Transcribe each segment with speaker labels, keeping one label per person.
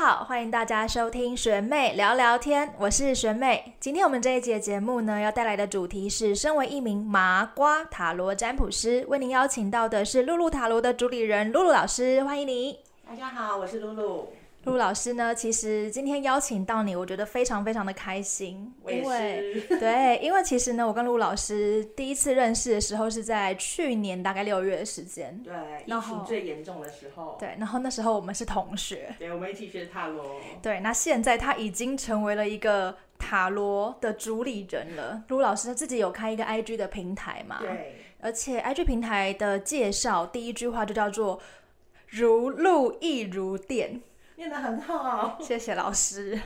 Speaker 1: 好，欢迎大家收听学妹聊聊天，我是学妹。今天我们这一节节目呢，要带来的主题是，身为一名麻瓜塔罗占卜师，为您邀请到的是露露塔罗的主理人露露老师，欢迎你。
Speaker 2: 大家好，我是露露。
Speaker 1: 露露老师呢，其实今天邀请到你，我觉得非常非常的开心，
Speaker 2: 我也
Speaker 1: 因为
Speaker 2: 是，
Speaker 1: 对，因为其实呢，我跟露露老师第一次认识的时候是在去年大概六月的时间，
Speaker 2: 对，
Speaker 1: 然
Speaker 2: 疫
Speaker 1: 后
Speaker 2: 情最严重的时候，
Speaker 1: 对，然后那时候我们是同学，
Speaker 2: 对，我们一起学塔罗。
Speaker 1: 对，那现在他已经成为了一个塔罗的主理人了。卢老师自己有开一个 IG 的平台嘛？。
Speaker 2: 对，
Speaker 1: 而且 IG 平台的介绍第一句话就叫做“如露亦如电
Speaker 2: 念得很好”，，
Speaker 1: 谢谢老师。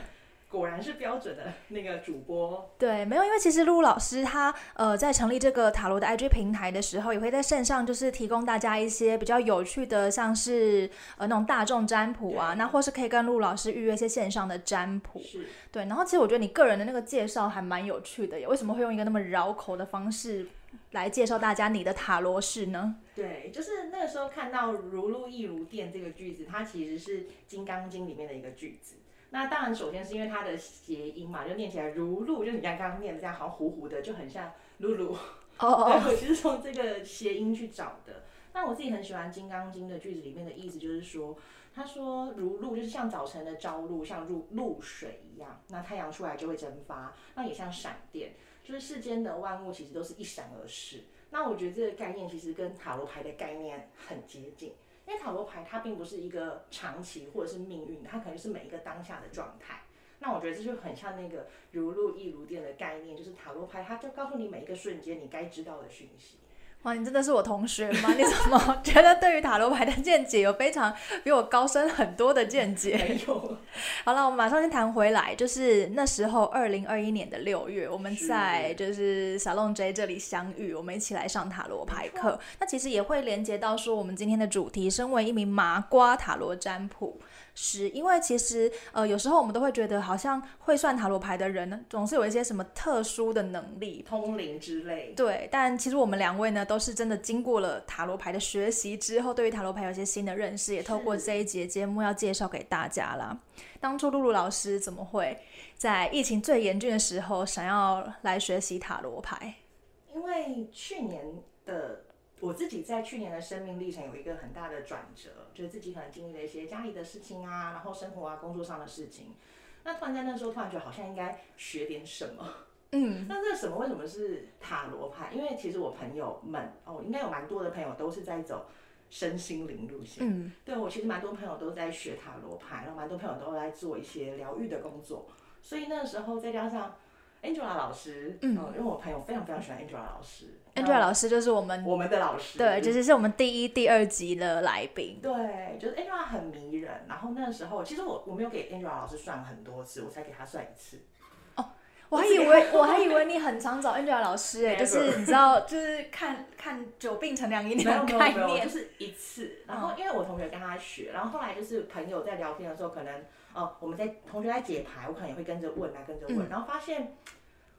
Speaker 2: 果然是标准的那个主播。
Speaker 1: 对，没有，因为其实露露老师他呃在成立这个塔罗的 IG 平台的时候，也会在线上就是提供大家一些比较有趣的，像是呃那种大众占卜啊，
Speaker 2: 对
Speaker 1: 那或是可以跟露露老师预约一些线上的占卜。
Speaker 2: 是，
Speaker 1: 对，然后其实我觉得你个人的那个介绍还蛮有趣的耶，为什么会用一个那么绕口的方式来介绍大家你的塔罗式呢？
Speaker 2: 对，就是那个时候看到“如露亦如电”这个句子，它其实是《金刚经》里面的一个句子。那当然，首先是因为它的谐音嘛，就念起来“如露”，就你刚刚念的这样，好像糊糊的，就很像露露。
Speaker 1: 哦哦，
Speaker 2: 对，我就是从这个谐音去找的。那我自己很喜欢《金刚经》的句子里面的意思，就是说，他说如露，就是像早晨的朝露，像露露水一样，那太阳出来就会蒸发，那也像闪电，就是世间的万物其实都是一闪而逝。那我觉得这个概念其实跟塔罗牌的概念很接近，因为塔罗牌它并不是一个长期或者是命运的，它可能是每一个当下的状态。那我觉得这就很像那个如露亦如电的概念，就是塔罗牌，它就告诉你每一个瞬间你该知道的讯息。
Speaker 1: 哇，你真的是我同学吗？你怎么 觉得对于塔罗牌的见解有非常比我高深很多的见解？
Speaker 2: 没有，
Speaker 1: 好了，我们马上先谈回来，就是那时候二零二一年的六月，我们
Speaker 2: 是
Speaker 1: 在就是小龙 J 这里相遇，我们一起来上塔罗牌课。那其实也会连接到说我们今天的主题，身为一名麻瓜塔罗占卜师，因为其实呃有时候我们都会觉得好像会算塔罗牌的人呢，总是有一些什么特殊的能力。
Speaker 2: 通灵之类。
Speaker 1: 对，但其实我们两位呢，都是真的经过了塔罗牌的学习之后，对于塔罗牌有一些新的认识，也透过
Speaker 2: 是
Speaker 1: 这一节节目要介绍给大家啦。当初露露老师怎么会在疫情最严峻的时候想要来学习塔罗牌？
Speaker 2: 因为去年的我自己在去年的生命历程有一个很大的转折，就是自己可能经历了一些家里的事情啊，然后生活啊、工作上的事情。那突然在那时候，突然觉得好像应该学点什么。
Speaker 1: 嗯，
Speaker 2: 那这什么？为什么是塔罗牌？因为其实我朋友们哦，应该有蛮多的朋友都是在走身心灵路线。
Speaker 1: 嗯，
Speaker 2: 对我其实蛮多朋友都在学塔罗牌，然后蛮多朋友都在做一些疗愈的工作。所以那个时候再加上 Angela 老师，呃
Speaker 1: 嗯
Speaker 2: 因为我朋友非常非常喜欢 Angela 老师
Speaker 1: Angela 老师就是我们
Speaker 2: 然后我们的老师，
Speaker 1: 对，就是是我们第一、第二集的来宾。
Speaker 2: 对，就是 Angela 很迷人。然后那时候，其实我我没有给 Angela 老师算很多次，我才给她算一次。
Speaker 1: 我还以为我还以为你很常找 Angela 老师哎、就是
Speaker 2: Never
Speaker 1: 你知道，就是看看久病成良医
Speaker 2: 没
Speaker 1: 那
Speaker 2: 有
Speaker 1: 种
Speaker 2: 没有
Speaker 1: 概
Speaker 2: 没有，
Speaker 1: 念嗯
Speaker 2: 就。是一次。然后因为我同学跟他学，然后后来就是朋友在聊天的时候，可能呃我们在同学在解牌，我可能也会跟着问啊跟着
Speaker 1: 嗯
Speaker 2: 问，然后发现。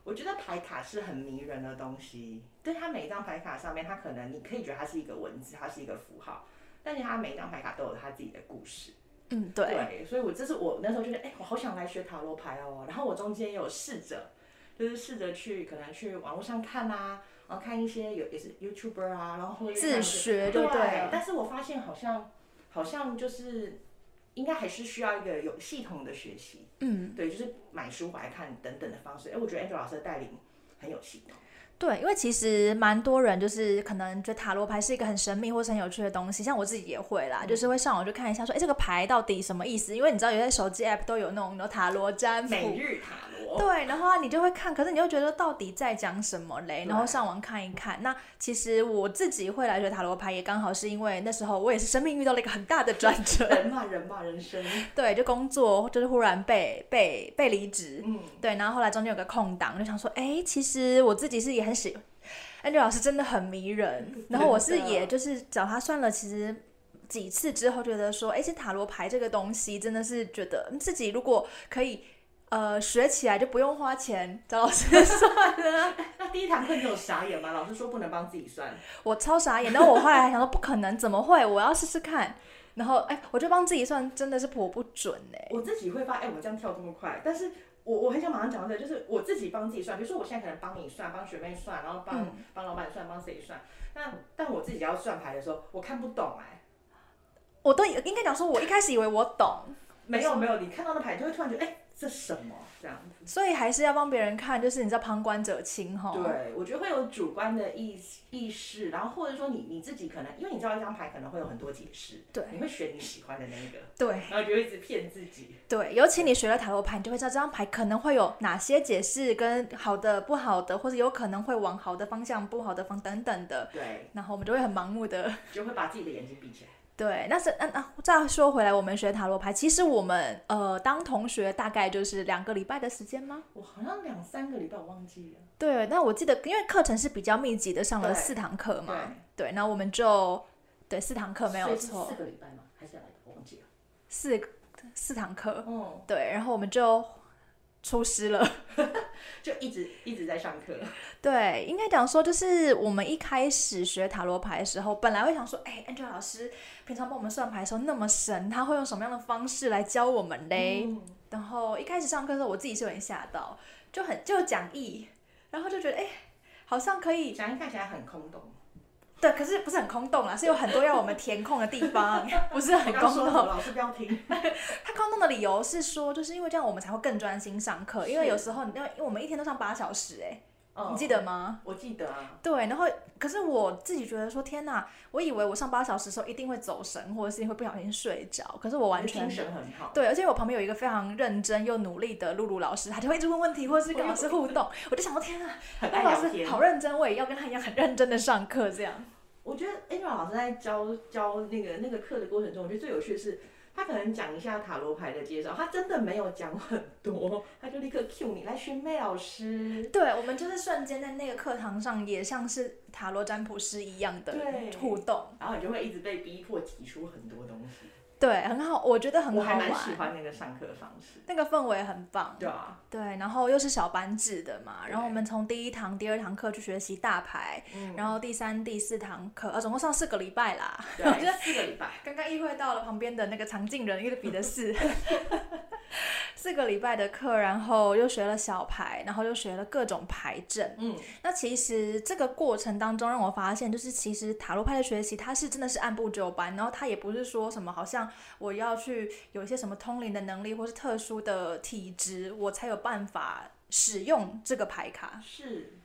Speaker 2: 我觉得牌卡是很迷人的东西，对它每一张牌卡上面，它可能你可以觉得它是一个文字，它是一个符号，但是它每一张牌卡都有它自己的故事。
Speaker 1: 嗯，对。
Speaker 2: 所以我这是我那时候就觉得，哎、我好想来学塔罗牌哦。然后我中间也有试着，就是试着去可能去网络上看啊，然后看一些有也是 YouTuber 啊，然后或者
Speaker 1: 自学就
Speaker 2: 对
Speaker 1: 对了
Speaker 2: 但是我发现好像好像就是应该还是需要一个有系统的学习，
Speaker 1: 嗯，
Speaker 2: 对，就是买书回来看等等的方式。哎、我觉得 Angel 老师的带领很有系统，
Speaker 1: 对，因为其实蛮多人就是可能觉得塔罗牌是一个很神秘或是很有趣的东西，像我自己也会
Speaker 2: 嗯
Speaker 1: 啦，就是会上网去看一下说，哎，这个牌到底什么意思？因为你知道有些手机 app 都有那种有塔罗占卜，
Speaker 2: 每日哦塔罗。
Speaker 1: 对，然后啊，你就会看，可是你又觉得到底在讲什么嘞？
Speaker 2: 对
Speaker 1: 然后上网看一看。那其实我自己会来学塔罗牌，也刚好是因为那时候我也是生命遇到了一个很大的转折，
Speaker 2: 人嘛，人嘛，人生，
Speaker 1: 对，就工作就是忽然被被被离职，
Speaker 2: 嗯，
Speaker 1: 对，然后后来中间有个空档，就想说，哎，其实我自己是也很喜 a n g e l 老师真的很迷 人。然后我是
Speaker 2: 真的
Speaker 1: 也就是找他算了，其实几次之后觉得说，哎，其实塔罗牌这个东西真的是觉得嗯自己如果可以。呃，学起来就不用花钱找老师 算了。
Speaker 2: 那第一堂课你有傻眼吗？老师说不能帮自己算，
Speaker 1: 我超傻眼，然后我后来还想说，不可能，怎么会？我要试试看。然后哎，我就帮自己算，真的是颇不准哎、
Speaker 2: 我自己会发，哎、我这样跳这么快，但是我我很想马上讲到这个，就是我自己帮自己算，比如说我现在可能帮你算，帮学妹算，然后帮、帮老板算，帮谁算，那但我自己要算牌的时候，我看不懂哎、
Speaker 1: 我都以应该讲说，我一开始以为我懂，
Speaker 2: 没有没有，你看到那牌，你就会突然觉得，哎、这什么这样子？
Speaker 1: 所以还是要帮别人看，就是你知道旁观者清哈。
Speaker 2: 对，我觉得会有主观的意意识，然后或者说你你自己可能，因为你知道一张牌可能会有很多解释，
Speaker 1: 对
Speaker 2: 你会选你喜欢的那 一个，
Speaker 1: 对
Speaker 2: 然后你就会一直骗自己。
Speaker 1: 对，尤其你学了塔罗牌，你就会知道这张牌可能会有哪些解释，跟好的、不好的，或者有可能会往好的方向、不好的方等等的。
Speaker 2: 对，
Speaker 1: 然后我们就会很盲目的
Speaker 2: 就会把自己的眼睛闭起来。
Speaker 1: 对，那是那那再说回来，我们学塔罗牌，其实我们呃当同学大概就是两个礼拜的时间吗？
Speaker 2: 我好像两三个礼拜我忘记了。
Speaker 1: 对，那我记得因为课程是比较密集的，上了
Speaker 2: 对
Speaker 1: 四堂课嘛。
Speaker 2: 对，
Speaker 1: 对，那我们就对四堂 课没有
Speaker 2: 所以是
Speaker 1: 错
Speaker 2: 四，个礼拜吗？还是两个礼拜？我忘记了。
Speaker 1: 四四堂课，
Speaker 2: 嗯，
Speaker 1: 对，然后我们就出师了。
Speaker 2: 就一直一直在上课。
Speaker 1: 对，应该讲说，就是我们一开始学塔罗牌的时候，本来会想说，哎、a n g e l 老师平常帮我们算牌的时候那么神，他会用什么样的方式来教我们 嘞？
Speaker 2: 嗯
Speaker 1: 然后一开始上课的时候，我自己是有点吓到，就很就讲义，然后就觉得，哎、好像可以，
Speaker 2: 讲义看起来很空洞，
Speaker 1: 对，可是不是很空洞啦，是有很多要我们填空的地方， 不是很
Speaker 2: 我
Speaker 1: 空
Speaker 2: 刚说什
Speaker 1: 洞
Speaker 2: 么。老师不要听。
Speaker 1: 他空洞的理由是说，就是因为这样我们才会更专心上课，因为
Speaker 2: 是
Speaker 1: 有时候你因为因为我们一天都上八小时、欸，哎、
Speaker 2: 嗯
Speaker 1: 你记得吗？
Speaker 2: 我记得啊，
Speaker 1: 对，然后可是我自己觉得说，天哪！我以为我上八小时的时候一定会走神，或者是会不小心睡着，可是我完全
Speaker 2: 精神很好。
Speaker 1: 对，而且我旁边有一个非常认真又努力的露露老师，她就会一直问问题，或者是跟老师互动，我就想说，天 啊，
Speaker 2: 很
Speaker 1: 露
Speaker 2: 爱
Speaker 1: 露老
Speaker 2: 聊
Speaker 1: 师
Speaker 2: 天。
Speaker 1: 好认真，我也要跟她一样很认真的上课，这 样。
Speaker 2: 我觉得 Angela 老师在教教那个那个课的过程中，我觉得最有趣的是，他可能讲一下塔罗牌的介绍，他真的没有讲很多， 他就立刻 cue 你来学妹老师。
Speaker 1: 对，我们就是瞬间在那个课堂上，也像是塔罗占卜师一样的
Speaker 2: 对
Speaker 1: 互动，
Speaker 2: 然后你就会一直被逼迫提出很多东西，
Speaker 1: 对，很好，我觉得很
Speaker 2: 我
Speaker 1: 好
Speaker 2: 还蛮喜
Speaker 1: 玩，嗯
Speaker 2: 欢那个上课的方式。
Speaker 1: 那个氛围很棒。
Speaker 2: 对啊，
Speaker 1: 对，然后又是小班制的嘛，
Speaker 2: 对
Speaker 1: 然后我们从第一堂、第二堂课去学习大牌，
Speaker 2: 嗯，
Speaker 1: 然后第三、第四堂课，呃，总共上四个礼拜 啦。
Speaker 2: 对，啊四个礼拜，
Speaker 1: 刚刚意会到了旁边的那个常进人，因为比的 是四个礼拜的课，然后又学了小牌，然后又学了各种牌阵。
Speaker 2: 嗯，
Speaker 1: 那其实这个过程当中，让我发现，就是其实塔罗牌的学习，它是真的是按部就班，然后它也不是说什么好像我要去有一些什么通灵的能力，或是特殊的体质，我才有办法使用这个牌卡。
Speaker 2: 是，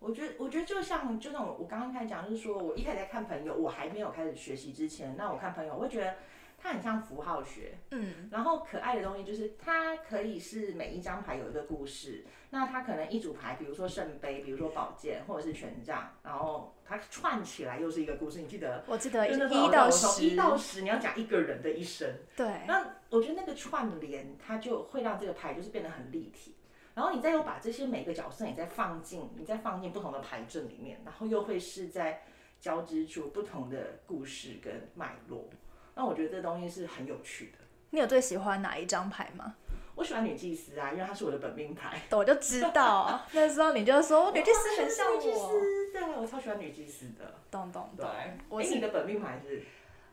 Speaker 2: 我觉得，我觉得就像就像我我刚刚开始讲，就是说我一开始在看朋友，我还没有开始学习之前，那我看朋友，我会觉得它很像符号学，
Speaker 1: 嗯，
Speaker 2: 然后可爱的东西就是它可以是每一张牌有一个故事，那它可能一组牌，比如说圣杯，比如说宝剑或者是权杖，然后它串起来又是一个故事，你记得？
Speaker 1: 我记得
Speaker 2: 就那时
Speaker 1: 一
Speaker 2: 候
Speaker 1: 到
Speaker 2: 我从
Speaker 1: 十，
Speaker 2: 一到十，你要讲一个人的一生。
Speaker 1: 对
Speaker 2: 那我觉得那个串联，它就会让这个牌就是变得很立体。然后你再又把这些每个角色，你再放进，你再放进不同的牌阵里面，然后又会是在交织出不同的故事跟脉络。那我觉得这东西是很有趣的。
Speaker 1: 你有最喜欢哪一张牌吗？
Speaker 2: 我喜欢女祭司啊，因为她是我的本命牌。
Speaker 1: 我就知 道，那时候你就说女祭司
Speaker 2: 我
Speaker 1: 很像
Speaker 2: 女祭
Speaker 1: 我，
Speaker 2: 司，对我超喜欢女祭司的。
Speaker 1: 懂懂
Speaker 2: 对
Speaker 1: 懂。，我
Speaker 2: 哎
Speaker 1: 是
Speaker 2: 你的本命牌是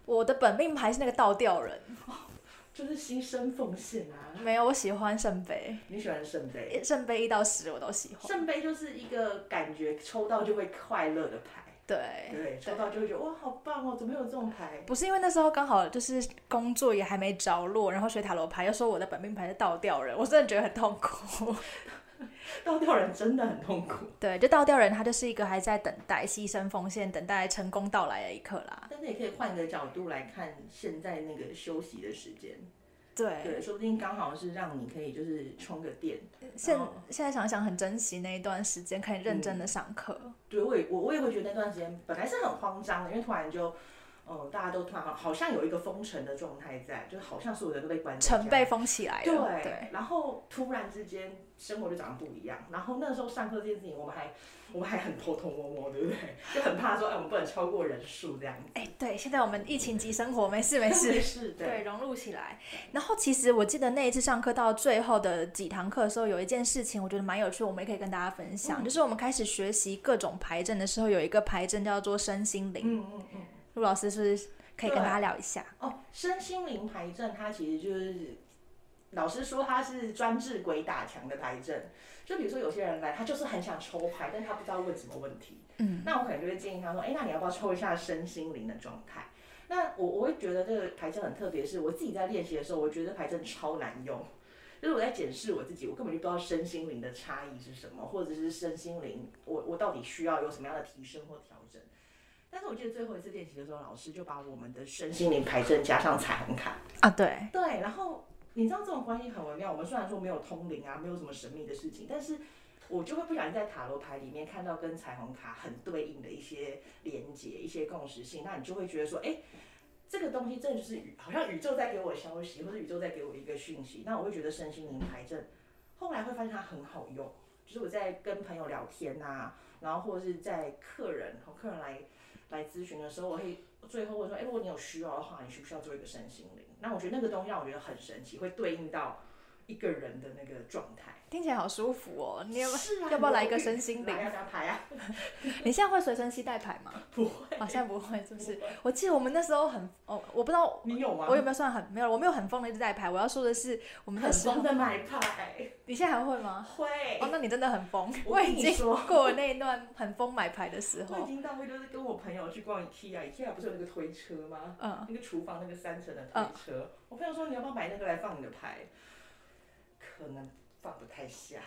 Speaker 1: 我的本命牌是那个倒吊人，
Speaker 2: 就是牺牲奉献啊。
Speaker 1: 没有，我喜欢圣杯，
Speaker 2: 你喜欢圣杯？
Speaker 1: 圣杯一到十我都喜欢。
Speaker 2: 圣杯就是一个感觉抽到就会快乐的牌。
Speaker 1: 对，
Speaker 2: 哎对，抽到就会觉得哇，好棒哦！怎么会有这种牌？
Speaker 1: 不是因为那时候刚好就是工作也还没着落，然后学塔罗牌，又说我的本命牌是倒吊人，我真的觉得很痛苦。
Speaker 2: 倒吊人真的很痛苦，
Speaker 1: 对，就倒吊人，他就是一个还在等待、牺牲奉献、等待成功到来的一刻啦。
Speaker 2: 但是也可以换一个角度来看现在那个休息的时间，
Speaker 1: 对，
Speaker 2: 对，说不定刚好是让你可以就是充个电。
Speaker 1: 现
Speaker 2: 然后
Speaker 1: 现在想想很珍惜那一段时间，可以认真的上课。
Speaker 2: 对，我也我我也会觉得那段时间本来是很慌张的，因为突然就，嗯，大家都突然好好像有一个封城的状态在，就是好像所有人都被关在家
Speaker 1: 城被封起来
Speaker 2: 对，
Speaker 1: 了，对，
Speaker 2: 然后突然之间生活就长得不一样，然后那时候上课这件事情，我们还我们还很头头摸摸，对不对？就很怕说，哎，我们不能超过人数这样子。
Speaker 1: 哎、对，现在我们疫情及生活，没事没事。
Speaker 2: 是是，对，
Speaker 1: 对，融入起来。然后其实我记得那一次上课到最后的几堂课的时候，有一件事情我觉得蛮有趣，我们也可以跟大家分
Speaker 2: 嗯
Speaker 1: 享，就是我们开始学习各种牌阵的时候，有一个牌阵叫做身心灵。
Speaker 2: 嗯嗯嗯。
Speaker 1: 陆老师是不是可以跟大家聊一下？
Speaker 2: 哦，身心灵牌阵，它其实就是老师说它是专治鬼打墙的牌阵。就比如说有些人来，他就是很想抽牌，但他不知道问什么问题。嗯，那我可能就会建议他说，哎、那你要不要抽一下身心灵的状态？那我我会觉得这个牌阵很特别，是我自己在练习的时候，我觉得牌阵超难用。就是我在检视我自己，我根本就不知道身心灵的差异是什么，或者是身心灵我我到底需要有什么样的提升或调整。但是我记得最后一次练习的时候，老师就把我们的身心灵牌阵加上彩虹卡。
Speaker 1: 啊，对，
Speaker 2: 对，然后你知道这种关系很微妙。我们虽然说没有通灵啊，没有什么神秘的事情，但是我就会不小心在塔罗牌里面看到跟彩虹卡很对应的一些连接、一些共识性，那你就会觉得说，哎。这个东西真的就是宇，好像宇宙在给我消息，或者宇宙在给我一个讯息。那我会觉得身心灵牌阵，后来会发现它很好用。就是我在跟朋友聊天啊，然后或者是在客人和客人来来咨询的时候，我会最后问说，哎，如果你有需要的话，你需不需要做一个身心灵？那我觉得那个东西让我觉得很神奇，会对应到一个人的那个状态。
Speaker 1: 听起来好舒服哦。 你要不
Speaker 2: 是啊
Speaker 1: 要不要来一个身心
Speaker 2: 来
Speaker 1: 灵？
Speaker 2: 要不要拍啊？
Speaker 1: 你现在会随身携带牌吗？
Speaker 2: 不
Speaker 1: 会，好像不会，是不是？我记得我们那时候很，哦，我不知道
Speaker 2: 你有吗？啊
Speaker 1: 我有没有算很没有，我没有很疯的一直带牌。我要说的是，我们那
Speaker 2: 很
Speaker 1: 时候
Speaker 2: 疯，的买 牌，
Speaker 1: 你现在还会吗？
Speaker 2: 会。
Speaker 1: 哦，那你真的很疯。
Speaker 2: 我
Speaker 1: 我
Speaker 2: 跟
Speaker 1: 已
Speaker 2: 你
Speaker 1: 经
Speaker 2: 说
Speaker 1: 过了那一段很疯买牌的时
Speaker 2: 我已
Speaker 1: 候，
Speaker 2: 经到会就是跟我朋友去逛 IKEA，IKEA 不是有那个推车吗？
Speaker 1: 嗯，
Speaker 2: 那个厨房那个三层的推车，
Speaker 1: 啊
Speaker 2: 我朋友说你要不要买那个来放你的牌？可能放不太下，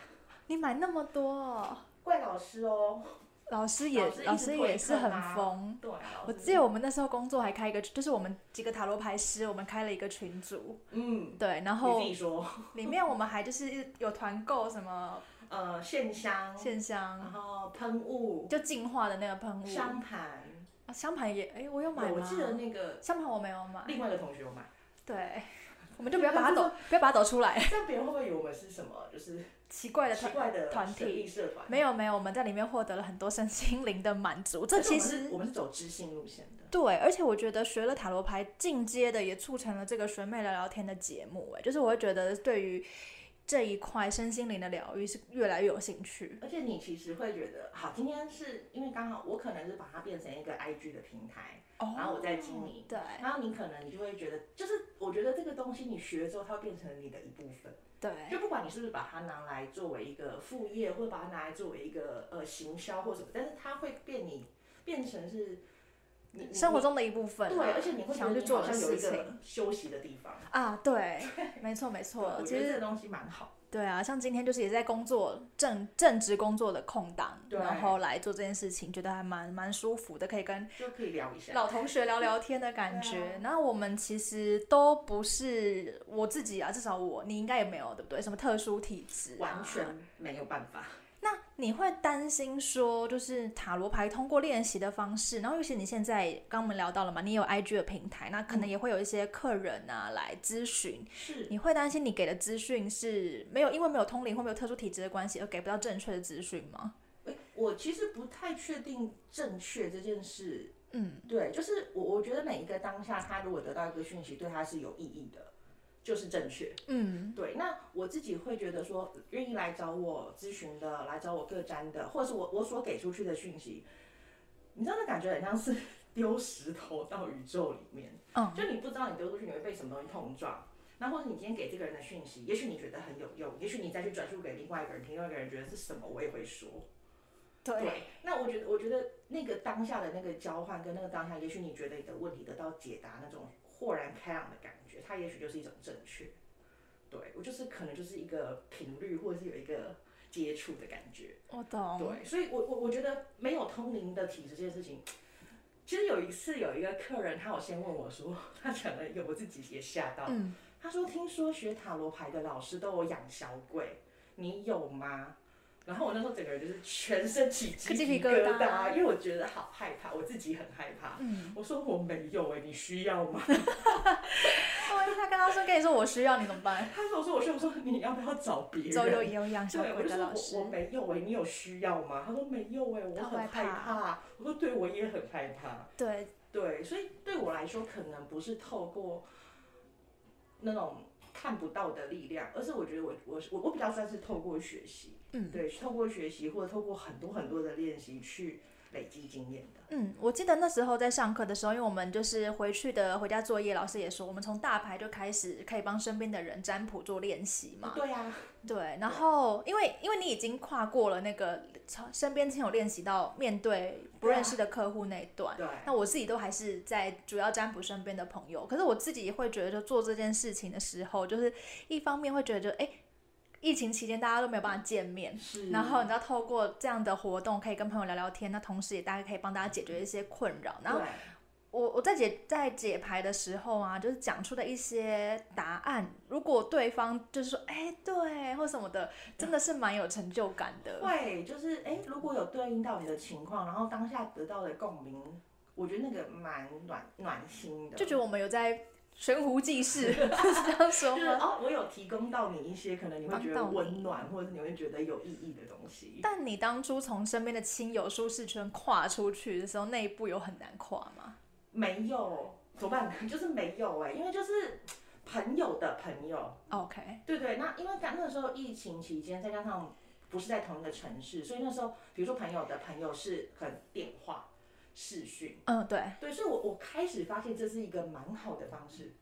Speaker 1: 你买那么多哦，
Speaker 2: 怪老师哦。
Speaker 1: 老师也
Speaker 2: 老
Speaker 1: 老
Speaker 2: 师一直
Speaker 1: 师
Speaker 2: 推
Speaker 1: 也是
Speaker 2: 坑
Speaker 1: 很
Speaker 2: 啊
Speaker 1: 疯。
Speaker 2: 对啊，
Speaker 1: 我记得我们那时候工作还开一个，就是我们几个塔罗牌师，我们开了一个群组，
Speaker 2: 嗯，
Speaker 1: 对，然
Speaker 2: 你
Speaker 1: 后
Speaker 2: 自己说，
Speaker 1: 里面我们还就是一直有团购什 么
Speaker 2: 呃，线香，
Speaker 1: 线
Speaker 2: 然
Speaker 1: 香，
Speaker 2: 后喷雾、
Speaker 1: 就净化的那个喷雾，
Speaker 2: 嗯香盘，
Speaker 1: 啊香盘也，哎，我有买
Speaker 2: 我
Speaker 1: 吗？
Speaker 2: 记得那个
Speaker 1: 香盘我没有买，
Speaker 2: 另外一个同学有买，
Speaker 1: 对， 我们就不要把它抖，不要把它抖出来，
Speaker 2: 这样别人会不会以为我们是什么就是
Speaker 1: 奇哎 怪的
Speaker 2: 奇
Speaker 1: 团。
Speaker 2: 怪的
Speaker 1: 团体
Speaker 2: 神秘社团？
Speaker 1: 没有没有，我们在里面获得了很多身心灵的满足。这
Speaker 2: 但是
Speaker 1: 其
Speaker 2: 我们是
Speaker 1: 实
Speaker 2: 我们是走知性路线的，
Speaker 1: 对，而且我觉得学了塔罗牌，进阶的也促成了这个学妹聊聊天的节目。哎，就是我会觉得对于这一块身心灵的疗愈是越来越有兴趣。
Speaker 2: 而且你其实会觉得，好，今天是因为刚好我可能是把它变成一个 IG 的平台，
Speaker 1: 哦
Speaker 2: 然后我再经营
Speaker 1: 对
Speaker 2: 然后你可能你就会觉得，就是我觉得这个东西你学了之后，它会变成你的一部分。
Speaker 1: 对，
Speaker 2: 就不管你是不是把它拿来作为一个副业，或者把它拿来作为一个呃行销或什么，但是它会变你变成是你你
Speaker 1: 生活中的一部分啊。
Speaker 2: 对，而且你会觉
Speaker 1: 想要
Speaker 2: 得你
Speaker 1: 去做
Speaker 2: 好
Speaker 1: 的
Speaker 2: 像有
Speaker 1: 事
Speaker 2: 一
Speaker 1: 情
Speaker 2: 个休息的地方。
Speaker 1: 啊，对，没错没错
Speaker 2: 我。
Speaker 1: 其
Speaker 2: 觉得这
Speaker 1: 实
Speaker 2: 个东西蛮好。
Speaker 1: 对啊，像今天就是也在工作正正职工作的空档，
Speaker 2: 对
Speaker 1: 然后来做这件事情，觉得还蛮蛮舒服的，可以跟
Speaker 2: 就可以聊一下。
Speaker 1: 老同学聊聊天的感
Speaker 2: 啊
Speaker 1: 觉。那我们其实都不是我自己啊，至少我，你应该也没有，对不对？什么特殊体质、啊
Speaker 2: 完。全没有办法，
Speaker 1: 那你会担心说，就是塔罗牌通过练习的方式，然后尤其你现在刚刚我们聊到了嘛，你也有 IG 的平台，那可
Speaker 2: 嗯
Speaker 1: 能也会有一些客人啊来咨询，
Speaker 2: 是
Speaker 1: 你会担心你给的资讯是没有，因为没有通灵或没有特殊体质的关系，而给不到正确的资讯吗？
Speaker 2: 诶我其实不太确定正确这件事。
Speaker 1: 嗯，
Speaker 2: 对，就是我我觉得每一个当下，他如果得到一个讯息，对他是有意义的，就是正确。
Speaker 1: 嗯，
Speaker 2: 对，那我自己会觉得说，愿意来找我咨询的，来找我各占的，或者是我我所给出去的讯息，你知道那感觉很像是 丢石头到宇宙里面。
Speaker 1: 嗯，
Speaker 2: 就你不知道你丢出去你会被什么东西碰撞。那或者你今天给这个人的讯息，也许你觉得很有用，也许你再去转述给另外一个人听，另外一个人觉得是什么，我也会说。
Speaker 1: 对，
Speaker 2: 那我觉得，我觉得那个当下的那个交换跟那个当下，也许你觉得你的问题得到解答，那种豁然开朗的感觉，它也许就是一种正确。对我就是可能就是一个频率，或者是有一个接触的感觉。
Speaker 1: 我懂，
Speaker 2: 对，所以我我我觉得没有通灵的体质这件事情，其实有一次有一个客人，他有先问我说，他讲了一个我自己也吓到，
Speaker 1: 嗯，
Speaker 2: 他说听说学塔罗牌的老师都有养小鬼，你有吗？然后我那时候整个人就是全身起鸡
Speaker 1: 鸡皮
Speaker 2: 皮
Speaker 1: 疙
Speaker 2: 疙
Speaker 1: 瘩
Speaker 2: 瘩，因为我觉得好害怕，我自己很害怕。
Speaker 1: 嗯，
Speaker 2: 我说我没有哎、你需要吗？
Speaker 1: 那万一他跟他说跟你说我需要你怎么办？
Speaker 2: 他说我说我需要，我说你要不要找别人？
Speaker 1: 周有有养小
Speaker 2: 对，我
Speaker 1: 鬼
Speaker 2: 就
Speaker 1: 的
Speaker 2: 说
Speaker 1: 老
Speaker 2: 我我
Speaker 1: 师，
Speaker 2: 没有哎、你有需要吗？他说没有哎、我
Speaker 1: 他
Speaker 2: 很
Speaker 1: 害
Speaker 2: 害
Speaker 1: 怕
Speaker 2: 怕。我说对，我也很害怕。
Speaker 1: 对，
Speaker 2: 对，所以对我来说，可能不是透过那种看不到的力量，而是我觉得我我我我比较算是透过学习，
Speaker 1: 嗯
Speaker 2: 对，透过学习或者透过很多很多的练习去累积经验的。
Speaker 1: 嗯，我记得那时候在上课的时候，因为我们就是回去的回家作业，老师也说我们从大牌就开始可以帮身边的人占卜做练习嘛。
Speaker 2: 对啊，
Speaker 1: 对，然后因为因为你已经跨过了那个身边亲友练习到面对不认识的客户那一段，
Speaker 2: 对，
Speaker 1: 那我自己都还是在主要占卜身边的朋友，可是我自己会觉得，就做这件事情的时候，就是一方面会觉得，哎，疫情期间大家都没有办法见面，
Speaker 2: 是
Speaker 1: 然后你知道透过这样的活动可以跟朋友聊聊天，那同时也大概可以帮大家解决一些困扰。然后
Speaker 2: 对
Speaker 1: 我我在解在解牌的时候啊，就是讲出的一些答案，如果对方就是说，哎，对或什么的，真的是蛮有成就感的。
Speaker 2: 会就是哎、如果有对应到你的情况，然后当下得到的共鸣，我觉得那个蛮暖暖心的，
Speaker 1: 就觉得我们有在悬壶济 世，是这样说
Speaker 2: 就是
Speaker 1: 吗？
Speaker 2: 哦，我有提供到你一些可能你会觉得
Speaker 1: 帮到你
Speaker 2: 温暖，或者是你会觉得有意义的东西。
Speaker 1: 但你当初从身边的亲友舒适圈跨出去的时候，那一步有很难跨吗？
Speaker 2: 没有，怎么办？ 就是没有哎、因为就是朋友的朋友，
Speaker 1: ？OK，
Speaker 2: 对对。那因为刚那时候疫情期间，再加上不是在同一个城市，所以那时候比如说朋友的朋友是可能电话视讯，
Speaker 1: 嗯，对，
Speaker 2: 对，所以我我开始发现这是一个蛮好的方式。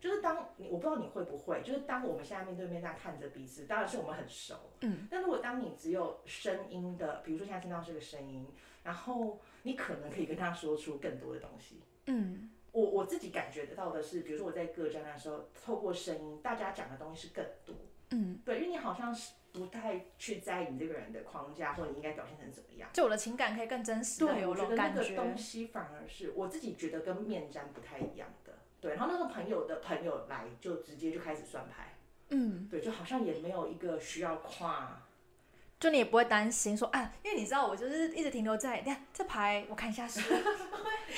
Speaker 2: 就是当你我不知道你会不会，就是当我们现在面对面这样看着彼此，当然是我们很熟，
Speaker 1: 嗯，
Speaker 2: 但如果当你只有声音的，比如说现在听到这个声音，然后你可能可以跟他说出更多的东西。
Speaker 1: 嗯，
Speaker 2: 我我自己感觉得到的是，比如说我在各站的时候，透过声音，大家讲的东西是更多。
Speaker 1: 嗯，
Speaker 2: 对，因为你好像是不太去在意你这个人的框架，或者你应该表现成怎么样。
Speaker 1: 就我的情感可以更真实的
Speaker 2: 对，
Speaker 1: 流
Speaker 2: 我觉
Speaker 1: 露
Speaker 2: 得那
Speaker 1: 感
Speaker 2: 个
Speaker 1: 觉
Speaker 2: 东。西反而是我自己觉得跟面占不太一样的。对，然后那个朋友的朋友来，就直接就开始算牌。
Speaker 1: 嗯，
Speaker 2: 对，就好像也没有一个需要跨。
Speaker 1: 就你也不会担心说，啊，因为你知道我就是一直停留在，你看这牌，我看一下书。
Speaker 2: 一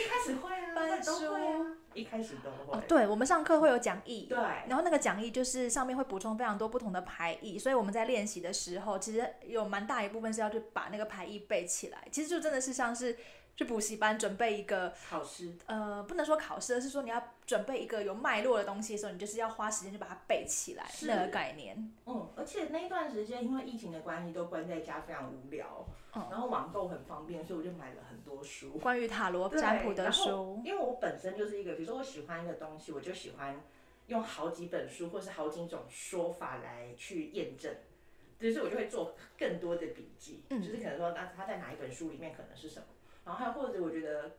Speaker 2: 开始会 啊，
Speaker 1: 翻
Speaker 2: 都会啊
Speaker 1: 书，
Speaker 2: 一开始都
Speaker 1: 哦
Speaker 2: 会。，
Speaker 1: 对，我们上课会有讲义，
Speaker 2: 对，
Speaker 1: 然后那个讲义就是上面会补充非常多不同的牌意，所以我们在练习的时候，其实有蛮大一部分是要去把那个牌意背起来。其实就真的是像是去补习班准备一个，
Speaker 2: 考试
Speaker 1: 呃，不能说考试，而是说你要准备一个有脉络的东西的时候，你就是要花时间去把它背起来，
Speaker 2: 是
Speaker 1: 那个概念。
Speaker 2: 嗯，而且那一段时间因为疫情的关系，都关在家非常无聊，
Speaker 1: 嗯
Speaker 2: 然后网购很方便，所以我就买了很多书。
Speaker 1: 关于塔罗
Speaker 2: 对
Speaker 1: 占卜的
Speaker 2: 然后
Speaker 1: 书，
Speaker 2: 因为我本身就是一个，比如说我喜欢一个东西，我就喜欢用好几本书或是好几种说法来去验证，就是我就会做更多的笔记，
Speaker 1: 嗯
Speaker 2: 就是可能说那它在哪一本书里面可能是什么，然后还有或者我觉得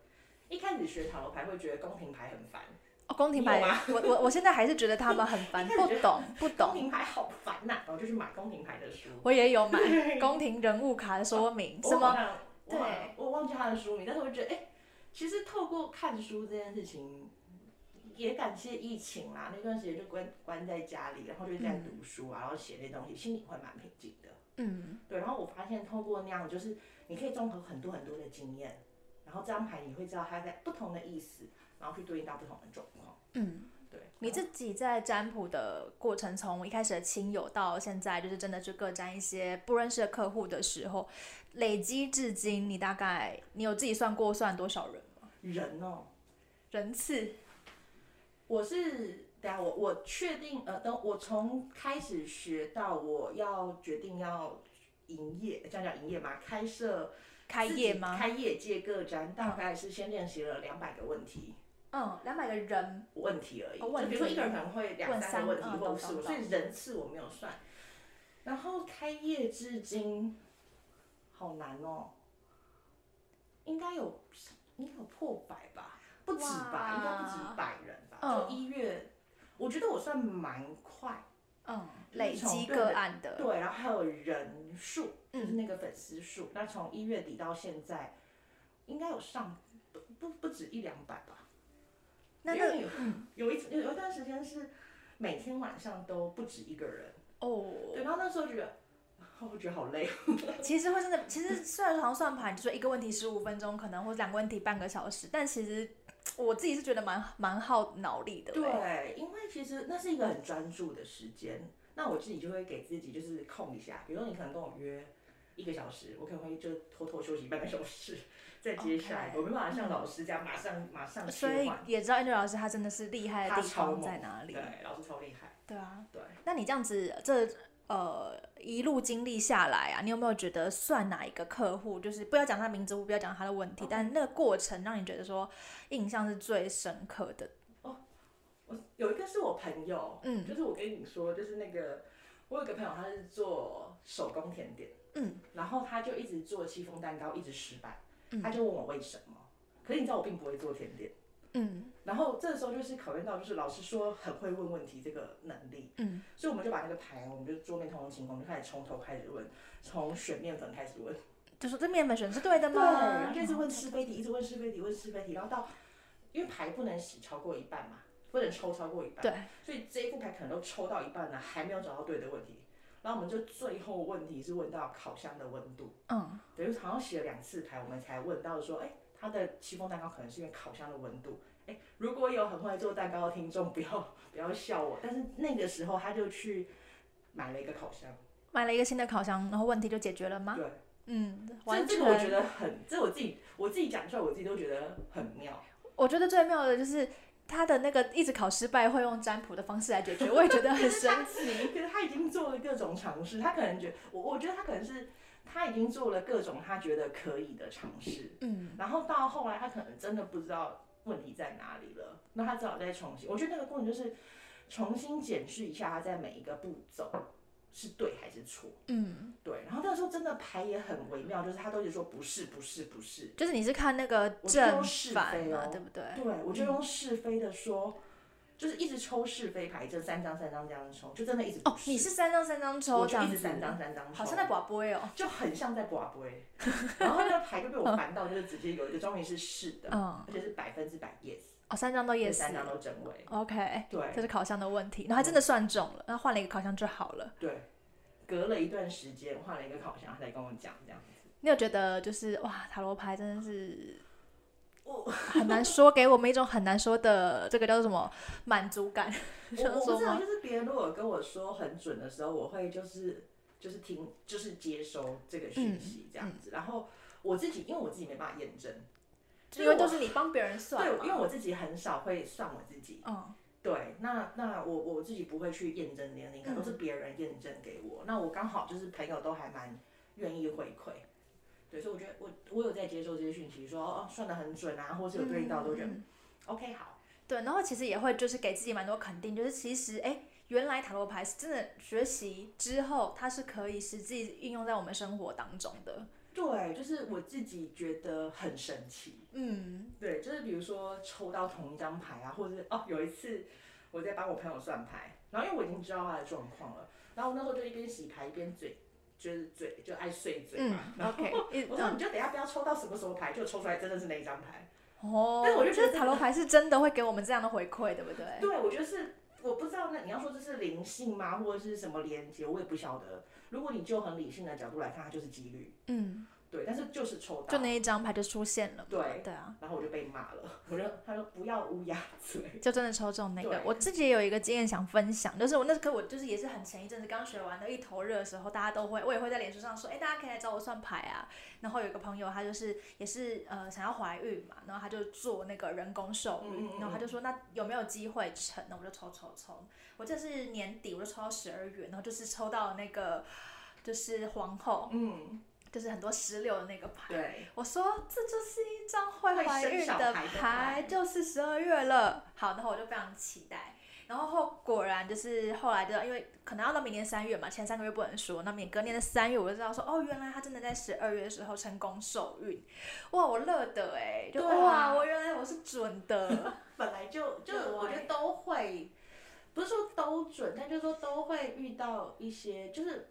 Speaker 2: 一开始学塔罗牌会觉得宫廷牌很烦，
Speaker 1: 哦，宫廷
Speaker 2: 你有啊
Speaker 1: 牌
Speaker 2: 吗，
Speaker 1: 我我我现在还是觉得他们很 烦，
Speaker 2: 一开始
Speaker 1: 不
Speaker 2: 觉得
Speaker 1: 懂不
Speaker 2: 宫
Speaker 1: 懂。
Speaker 2: 廷牌好烦呐、然后就去买宫廷牌的书。
Speaker 1: 我也 有买
Speaker 2: 对
Speaker 1: 宫廷人物卡的说明，什
Speaker 2: 我好
Speaker 1: 么？
Speaker 2: 像
Speaker 1: 对
Speaker 2: 忘了，我忘记他的书名，但是我觉得，哎、其实透过看书这件事情，也感谢疫情啦，那段时间就关关在家里，然后就在读书啊，然后写那些东西，心里会蛮平静的。
Speaker 1: 嗯，
Speaker 2: 对，然后我发现透过那样，就是你可以综合很多很多的经验，然后这张牌你会知道它在不同的意思，然后去对应到不同的状况。
Speaker 1: 嗯，
Speaker 2: 对，
Speaker 1: 你自己在占卜的过程，从一开始的亲友到现在，就是真的去各占一些不认识的客户的时候，累积至今，你大概你有自己算过算多少人吗？
Speaker 2: 人哦、
Speaker 1: 人次？
Speaker 2: 我是等下我我确定呃，等我从开始学到我要决定要营业，这样叫营业吗？开设
Speaker 1: 开业吗
Speaker 2: 自己开业借个展，大概是先练习了两百个问题。
Speaker 1: 嗯，两百个人。
Speaker 2: 问题而已，
Speaker 1: 哦问
Speaker 2: 就
Speaker 1: 题
Speaker 2: 比如说一个人可能会两三个问题
Speaker 1: 问三个嗯
Speaker 2: 或者是
Speaker 1: 懂
Speaker 2: 五，
Speaker 1: 懂
Speaker 2: 所以
Speaker 1: 懂
Speaker 2: 人次我没有算。然后开业至今，好难哦，应该有应该有破百吧，不止
Speaker 1: 哇
Speaker 2: 吧，应该不止百人吧。
Speaker 1: 嗯
Speaker 2: 就一月，我觉得我算蛮快，
Speaker 1: 嗯，
Speaker 2: 就是
Speaker 1: 累
Speaker 2: 从
Speaker 1: 积
Speaker 2: 对
Speaker 1: 个案的，
Speaker 2: 对，然后还有人数，
Speaker 1: 嗯
Speaker 2: 就是那个粉丝数。那从一月底到现在，应该有上不不不止一两百吧。
Speaker 1: 那
Speaker 2: 因
Speaker 1: 那
Speaker 2: 为有嗯有一次有有一段时间是每天晚上都不止一个人，
Speaker 1: 哦，
Speaker 2: 对，然后那时候觉得，哦我觉得好累，
Speaker 1: 其实会真的，其实虽然好像算盘，就说一个问题十五分钟，可能或者两个问题半个小时，但其实我自己是觉得蛮蛮耗脑力的。，欸
Speaker 2: 对，因为其实那是一个很专注的时间，那我自己就会给自己就是空一下，比如说你可能跟我约一个小时，我可能会就偷偷休息半个小时， 再接下来
Speaker 1: OK
Speaker 2: 我没办法像老师这样马上马上切
Speaker 1: 呃所以
Speaker 2: 换，
Speaker 1: 也知道 Angel 老师他真的是厉害的
Speaker 2: 他
Speaker 1: 地
Speaker 2: 超
Speaker 1: 方
Speaker 2: 猛
Speaker 1: 在哪里
Speaker 2: 对。，老师超厉害，
Speaker 1: 对啊，
Speaker 2: 对。
Speaker 1: 那你这样子，这呃一路经历下来啊，你有没有觉得算哪一个客户，就是不要讲他名字，不要讲他的
Speaker 2: 嗯
Speaker 1: 问题，但那个过程让你觉得说印象是最深刻的？
Speaker 2: 我有一个是我朋友，
Speaker 1: 嗯
Speaker 2: 就是我跟你说，就是那个我有个朋友，他是做手工甜点，
Speaker 1: 嗯，
Speaker 2: 然后他就一直做戚风蛋糕，一直失败，
Speaker 1: 嗯
Speaker 2: 他就问我为什么，可是你知道我并不会做甜点，
Speaker 1: 嗯
Speaker 2: 然后这时候就是考验到，就是老师说很会问问题这个能力，
Speaker 1: 嗯，
Speaker 2: 所以我们就把那个盘，我们就桌面通通清空，就开始从头开始问，从选面粉开始问，
Speaker 1: 就说这面粉选是对的
Speaker 2: 对，然
Speaker 1: 吗？
Speaker 2: 后就一直问是非题，一直问是非题，问是非题，然后到因为牌不能洗超过一半嘛，不能抽超过一半，
Speaker 1: 对，
Speaker 2: 所以这一副牌可能都抽到一半了，还没有找到对的问题。然后我们就最后问题是问到烤箱的温度，
Speaker 1: 嗯
Speaker 2: 等于好像洗了两次牌，我们才问到说，哎，它的戚风蛋糕可能是因为烤箱的温度。哎，如果有很会做蛋糕的听众，不要不要笑我，但是那个时候他就去买了一个烤箱，
Speaker 1: 买了一个新的烤箱，然后问题就解决了吗？
Speaker 2: 对，
Speaker 1: 嗯，完
Speaker 2: 这
Speaker 1: 全
Speaker 2: 这个我觉得很，这我自己我自己讲出来，我自己都觉得很妙。
Speaker 1: 我觉得最妙的就是他的那个一直考失败，会用占卜的方式来解决，我也觉 得很神奇。
Speaker 2: 可是他已经做了各种尝试，他可能觉我我觉得他可能是他已经做了各种他觉得可以的尝试，
Speaker 1: 嗯
Speaker 2: 然后到后来他可能真的不知道问题在哪里了，那他只好再重新。我觉得那个过程就是重新检视一下他在每一个步骤是对还是错。
Speaker 1: 嗯，
Speaker 2: 对，然后那时候真的牌也很微妙，就是他都一直说不是不是不是，
Speaker 1: 就是你是看那个正反
Speaker 2: 我觉得用是非
Speaker 1: 嘛，
Speaker 2: 哦
Speaker 1: 对不对？
Speaker 2: 对我就用是非的说。就是一直抽是非牌，这三张三张这样抽，就真的一直
Speaker 1: 哦
Speaker 2: 不，
Speaker 1: 你是三张三张抽
Speaker 2: 我
Speaker 1: 这
Speaker 2: 就一
Speaker 1: 样
Speaker 2: 直
Speaker 1: 子，
Speaker 2: 三张三张抽，
Speaker 1: 好像在广播哦。
Speaker 2: 就很像在刮杯， 然后那个牌就被我烦到，就是直接有一个终于是是的，
Speaker 1: 嗯，
Speaker 2: 而且是百分之百 yes，
Speaker 1: 哦，三张都也
Speaker 2: 这
Speaker 1: 是
Speaker 2: 三。张都真伪，
Speaker 1: OK，
Speaker 2: 对
Speaker 1: 这是烤箱的问题，然后还真的算中了，那换了一个烤箱就好了。
Speaker 2: 对。隔了一段时间，换了一个烤箱，他才跟我讲这样子。
Speaker 1: 你有觉得就是哇，塔罗牌真的是
Speaker 2: 我
Speaker 1: 很难说，给我们一种很难说的这个叫做什么满足感，
Speaker 2: 我
Speaker 1: 想
Speaker 2: 我不
Speaker 1: 说
Speaker 2: 知道，
Speaker 1: 吗？
Speaker 2: 就是别人如果跟我说很准的时候，我会就是就是听就是接收这个讯
Speaker 1: 嗯
Speaker 2: 息这样子。然后我自己因为我自己没办法验证，
Speaker 1: 因为都是你帮别人算
Speaker 2: 对，
Speaker 1: 嘛。
Speaker 2: 因为我自己很少会算我自己，
Speaker 1: 嗯
Speaker 2: 对，那那我我自己不会去验证年龄，可能都是别人验证给我。那我刚好就是朋友都还蛮愿意回馈，对，所以我觉得我我有在接受这些讯息说，哦算的很准啊，或是有对应到，都觉得、OK
Speaker 1: 嗯
Speaker 2: 好。
Speaker 1: 对，然后其实也会就是给自己蛮多肯定，就是其实哎，诶原来塔罗牌是真的学习之后，它是可以实际运用在我们生活当中的。
Speaker 2: 对，就是我自己觉得很神奇。
Speaker 1: 嗯
Speaker 2: 对，就是比如说抽到同一张牌啊，或者是哦有一次我在帮我朋友算牌，然后因为我已经知道他的状况了，然后我那时候就一边洗牌一边嘴，就是嘴就爱碎嘴嘛，
Speaker 1: 嗯，OK，一
Speaker 2: 我说
Speaker 1: 嗯
Speaker 2: 你就等一下不要抽到什么什么牌，就抽出来真的是那一张牌。
Speaker 1: 哦，
Speaker 2: 但是我就觉得
Speaker 1: 塔罗牌是真的会给我们这样的回馈，对不对？
Speaker 2: 对，我觉得是，我不知道那你要说这是灵性吗，或者是什么连接，我也不晓得。如果你就很理性的角度来看，它就是几率，
Speaker 1: 嗯，
Speaker 2: 对，但是就是抽
Speaker 1: 就
Speaker 2: 到，
Speaker 1: 那一张牌就出现了嘛。
Speaker 2: 对
Speaker 1: 对啊。
Speaker 2: 然后我就被骂了，我就他说不要乌鸦嘴，
Speaker 1: 就真的抽中那个
Speaker 2: 对。
Speaker 1: 我自己也有一个经验想分享，就是我那时候我就是也是很前一阵子刚学完的一头热的时候，大家都会，我也会在脸书上说，哎、大家可以来找我算牌啊。然后有一个朋友，他就是也是呃想要怀孕嘛，然后他就做那个人工受
Speaker 2: 嗯
Speaker 1: 孕
Speaker 2: 嗯，嗯
Speaker 1: 然后他就说那有没有机会成？那我就抽抽抽，我这是年底我就抽到十二月，然后就是抽到那个就是皇后，
Speaker 2: 嗯，
Speaker 1: 就是很多石榴的那个牌。
Speaker 2: 对，
Speaker 1: 我说这就是一张会怀孕
Speaker 2: 会生小
Speaker 1: 的
Speaker 2: 孩的牌
Speaker 1: 牌，就是十二月了。好，然后我就非常期待。然后后果然就是后来就因为可能要到明年三月嘛，前三个月不能说，那明隔年的三月我就知道说哦，原来她真的在十二月的时候成功受孕，哇，我乐得哎、就、
Speaker 2: 对啊
Speaker 1: 哇，我原来我是准的，
Speaker 2: 本来就就
Speaker 1: 对
Speaker 2: 我觉得都会，不是说都准，但就是说都会遇到一些就是。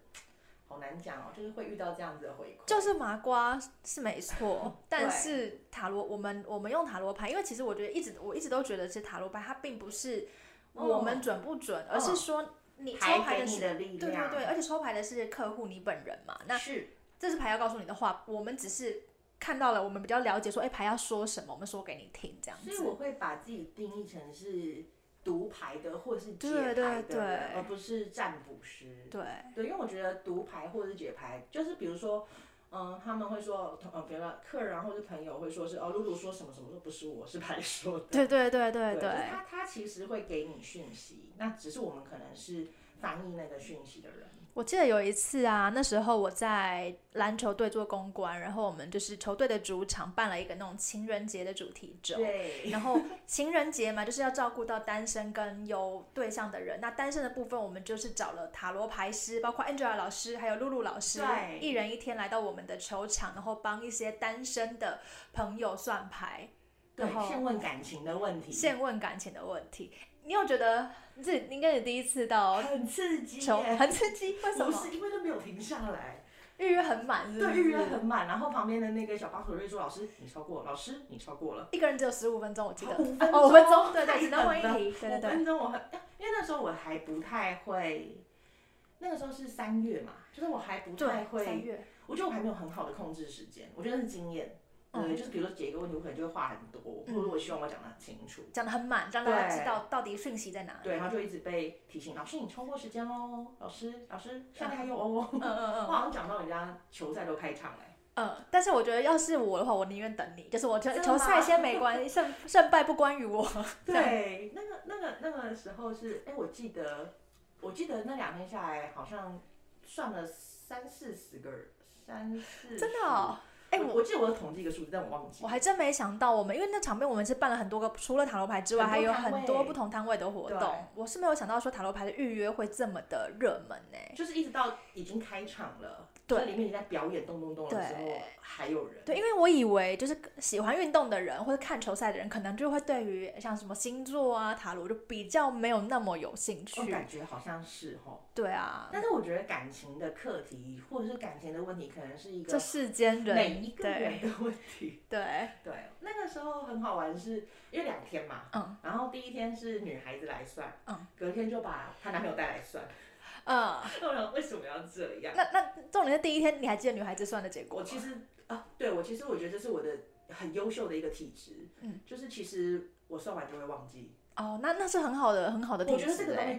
Speaker 2: 好难讲哦，就是会遇到这样子的回馈，
Speaker 1: 就是麻瓜是没错，但
Speaker 2: 对
Speaker 1: 是塔罗我们我们用塔罗牌，因为其实我觉得一直我一直都觉得，其实塔罗牌它并不是我们准不准，而是说你抽
Speaker 2: 哦嗯牌
Speaker 1: 牌
Speaker 2: 给
Speaker 1: 的
Speaker 2: 你
Speaker 1: 是。
Speaker 2: 的力
Speaker 1: 对
Speaker 2: 量，
Speaker 1: 对对，而且抽牌的是客户你本人嘛，那
Speaker 2: 是
Speaker 1: 这是牌要告诉你的话，我们只是看到了，我们比较了解说，哎，牌要说什么，我们说给你听这样
Speaker 2: 所以
Speaker 1: 子。
Speaker 2: 我会把自己定义成是读牌的或是解牌
Speaker 1: 对
Speaker 2: 的
Speaker 1: 对
Speaker 2: 人，
Speaker 1: 对
Speaker 2: 而不是占卜师。
Speaker 1: 对，
Speaker 2: 对，因为我觉得读牌或者是解牌，就是比如说，嗯，他们会说，呃，比如说客人啊或者朋友会说是哦，露露说什么什么，说不是我是牌说的。
Speaker 1: 对对对对
Speaker 2: 对，就是
Speaker 1: 对，
Speaker 2: 他他其实会给你讯息，那只是我们可能是翻译那个讯息的人。
Speaker 1: 我记得有一次啊，那时候我在篮球队做公关，然后我们就是球队的主场办了一个那种情人节的主题周。
Speaker 2: 对，
Speaker 1: 然后情人节嘛，就是要照顾到单身跟有对象的人。那单身的部分，我们就是找了塔罗牌师，包括 Angela 老师，还有露露老师
Speaker 2: 对，
Speaker 1: 一人一天来到我们的球场，然后帮一些单身的朋友算牌，
Speaker 2: 对
Speaker 1: 然，后
Speaker 2: 先问感情的问 题，
Speaker 1: 现问感情的问题。你有觉得这应该是第一次到
Speaker 2: 很刺激
Speaker 1: 球，
Speaker 2: 耶，
Speaker 1: 很刺激，为什
Speaker 2: 不
Speaker 1: 么？
Speaker 2: 是因为都没有停下来，
Speaker 1: 预约很满，是不
Speaker 2: 对，
Speaker 1: 是？
Speaker 2: 预约很满，然后旁边的那个小帮手就会说：“老师，你超过了，老师你超过了。”
Speaker 1: 一个人只有十五分钟，我记得。
Speaker 2: 哦五分
Speaker 1: 哦，五分
Speaker 2: 钟
Speaker 1: 钟，对对，
Speaker 2: 太
Speaker 1: 只能问一
Speaker 2: 狠了
Speaker 1: 题，对对
Speaker 2: 五
Speaker 1: 对。
Speaker 2: 分钟我很，因为那时候我还不太会，那个时候是三月嘛，就是我还不太
Speaker 1: 对，三
Speaker 2: 会，
Speaker 1: 月，
Speaker 2: 我觉得我还没有很好的控制时间，我觉得是经验。对，
Speaker 1: 嗯
Speaker 2: 就是比如说解一个问题，我可能就会话很多，
Speaker 1: 嗯
Speaker 2: 或者我希望我讲得很清楚，
Speaker 1: 讲的很满，让大家
Speaker 2: 对
Speaker 1: 知道到底讯息在哪里。
Speaker 2: 对，然后就一直被提醒，老师你超过时间喽，老师老师下面还有哦，
Speaker 1: 嗯嗯
Speaker 2: 我
Speaker 1: 嗯
Speaker 2: 好像讲到人家球赛都开场嘞，
Speaker 1: 嗯，但是我觉得要是我的话，我宁愿等你，就是我觉得
Speaker 2: 真的
Speaker 1: 球
Speaker 2: 吗
Speaker 1: 赛先没关系，胜胜败不关于我。
Speaker 2: 对，那个那个那个时候是，哎、我记得我记得那两天下来好像算了三四十个人，三四
Speaker 1: 真的哦
Speaker 2: 哎、
Speaker 1: 哎
Speaker 2: 我我记得我有统计一个数字，但我忘记
Speaker 1: 我。还真没想到，我们因为那场面我们是办了很多个，除了塔罗牌之外，
Speaker 2: 很多
Speaker 1: 还有
Speaker 2: 摊位
Speaker 1: 很多不同摊位的活
Speaker 2: 对
Speaker 1: 动。我是没有想到说塔罗牌的预约会这么的热门呢、
Speaker 2: 就是一直到已经开场了，
Speaker 1: 对
Speaker 2: 就是里面已经在表演咚咚咚的时候
Speaker 1: 对，
Speaker 2: 还有人。
Speaker 1: 对，因为我以为就是喜欢运动的人或者看球赛的人，可能就会对于像什么星座啊、塔罗就比较没有那么有兴
Speaker 2: 我
Speaker 1: 趣。
Speaker 2: 感觉好像是吼，
Speaker 1: 对啊，
Speaker 2: 但是我觉得感情的课题或者是感情的问题，可能是一
Speaker 1: 这
Speaker 2: 个
Speaker 1: 世间人
Speaker 2: 每一个人
Speaker 1: 对
Speaker 2: 的问题。
Speaker 1: 对，
Speaker 2: 对，那个时候很好玩是，因为两天嘛，
Speaker 1: 嗯，
Speaker 2: 然后第一天是女孩子来算，
Speaker 1: 嗯，
Speaker 2: 隔天就把她男朋友带来算，
Speaker 1: 嗯，
Speaker 2: 那我想为什么要这样？
Speaker 1: 那那重点是第一天你还记得女孩子算的结果
Speaker 2: 我
Speaker 1: 吗？
Speaker 2: 其实啊，对我其实我觉得这是我的很优秀的一个体质，
Speaker 1: 嗯，
Speaker 2: 就是其实我算完就会忘记，
Speaker 1: 哦，那那是很好的很好的
Speaker 2: 我
Speaker 1: 体
Speaker 2: 觉得这
Speaker 1: 质
Speaker 2: 个东
Speaker 1: 哎、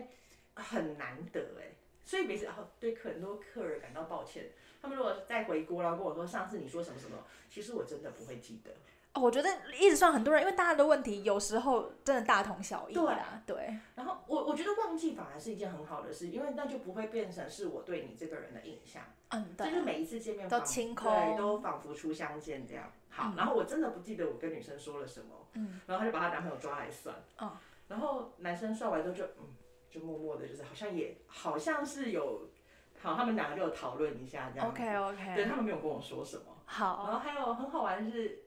Speaker 2: 西很难得哎、所以每次哦，对很多客人感到抱歉，他们如果再回锅，然后跟我说上次你说什么什么，其实我真的不会记得。
Speaker 1: 哦，我觉得一直算很多人，因为大家的问题有时候真的大同小异
Speaker 2: 对
Speaker 1: 啦，对，
Speaker 2: 然后我我觉得忘记反而是一件很好的事，因为那就不会变成是我对你这个人的印象，
Speaker 1: 嗯，
Speaker 2: 这
Speaker 1: 对，
Speaker 2: 就每一次见面
Speaker 1: 都
Speaker 2: 仿佛
Speaker 1: 清空
Speaker 2: 对，都仿佛初相见这样。好，然后我真的不记得我跟女生说了什么，
Speaker 1: 嗯，
Speaker 2: 然后她就把她男朋友抓来算，
Speaker 1: 嗯，
Speaker 2: 然后男生算完之后就嗯，就默默的，就是好像也好像是有，好，他们两个就有讨论一下这样子
Speaker 1: OK
Speaker 2: 对
Speaker 1: OK，
Speaker 2: 他们没有跟我说什么。
Speaker 1: 好，
Speaker 2: 然后还有很好玩的是，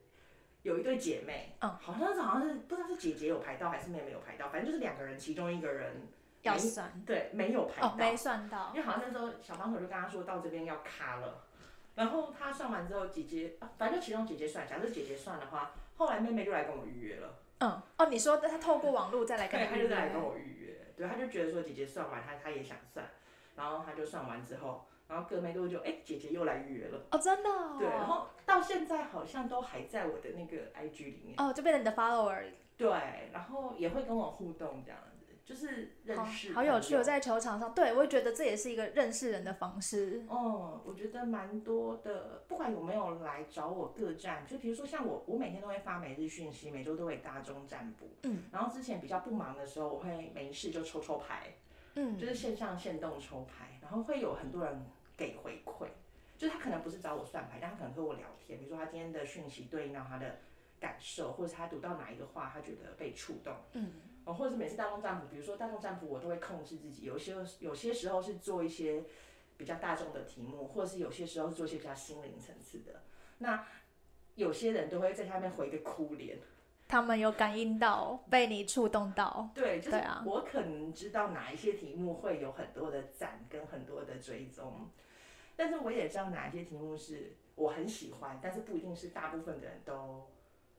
Speaker 2: 有一对姐妹，
Speaker 1: 嗯
Speaker 2: 好像是好像是不知道是姐姐有排到还是妹妹有排到，反正就是两个人其中一个人
Speaker 1: 要
Speaker 2: 没
Speaker 1: 算
Speaker 2: 对没有排到，
Speaker 1: 哦，没算到
Speaker 2: 因为好像那时候小帮手就跟他说到这边要卡了，然后他算完之后，姐姐、啊反正就其中姐姐算，假设姐姐算的话，后来妹妹就来跟我预约了，
Speaker 1: 嗯，哦，你说他透过网络再来跟
Speaker 2: 对，她
Speaker 1: 你
Speaker 2: 就
Speaker 1: 预
Speaker 2: 再来跟
Speaker 1: 约，
Speaker 2: 我预约，对，她就觉得说姐姐算完，她她也想算，然后她就算完之后，然后隔没多久，哎、姐姐又来预约了。
Speaker 1: 哦，真的、哦，
Speaker 2: 对，然后到现在好像都还在我的那个 IG 里面，
Speaker 1: 哦，就变成你的 follower，
Speaker 2: 对，然后也会跟我互动这样子，就是认
Speaker 1: 好
Speaker 2: 识、
Speaker 1: 好有趣哦，。在球场上，对我也觉得这也是一个认识人的方式，
Speaker 2: 哦，我觉得蛮多的，不管有没有来找我各站，就比如说像我，我每天都会发每日讯息，每周都会大众占卜。
Speaker 1: 嗯。
Speaker 2: 然后之前比较不忙的时候，我会没事就抽抽牌，
Speaker 1: 嗯
Speaker 2: 就是线上线动抽牌，然后会有很多人给回馈，就是他可能不是找我算牌，但他可能和我聊天，比如说他今天的讯息对应到他的感受，或者是他读到哪一个话，他觉得被触动。
Speaker 1: 嗯。
Speaker 2: 哦，或者是每次大众占卜，比如说大众占卜，我都会控制自己，有些有些时候是做一些比较大众的题目，或者是有些时候是做一些比较心灵层次的。那有些人都会在下面回一个哭脸，
Speaker 1: 他们有感应到，被你触动到，
Speaker 2: 对，就是
Speaker 1: 对啊
Speaker 2: 我可能知道哪一些题目会有很多的赞跟很多的追踪，但是我也知道哪一些题目是我很喜欢，但是不一定是大部分的人都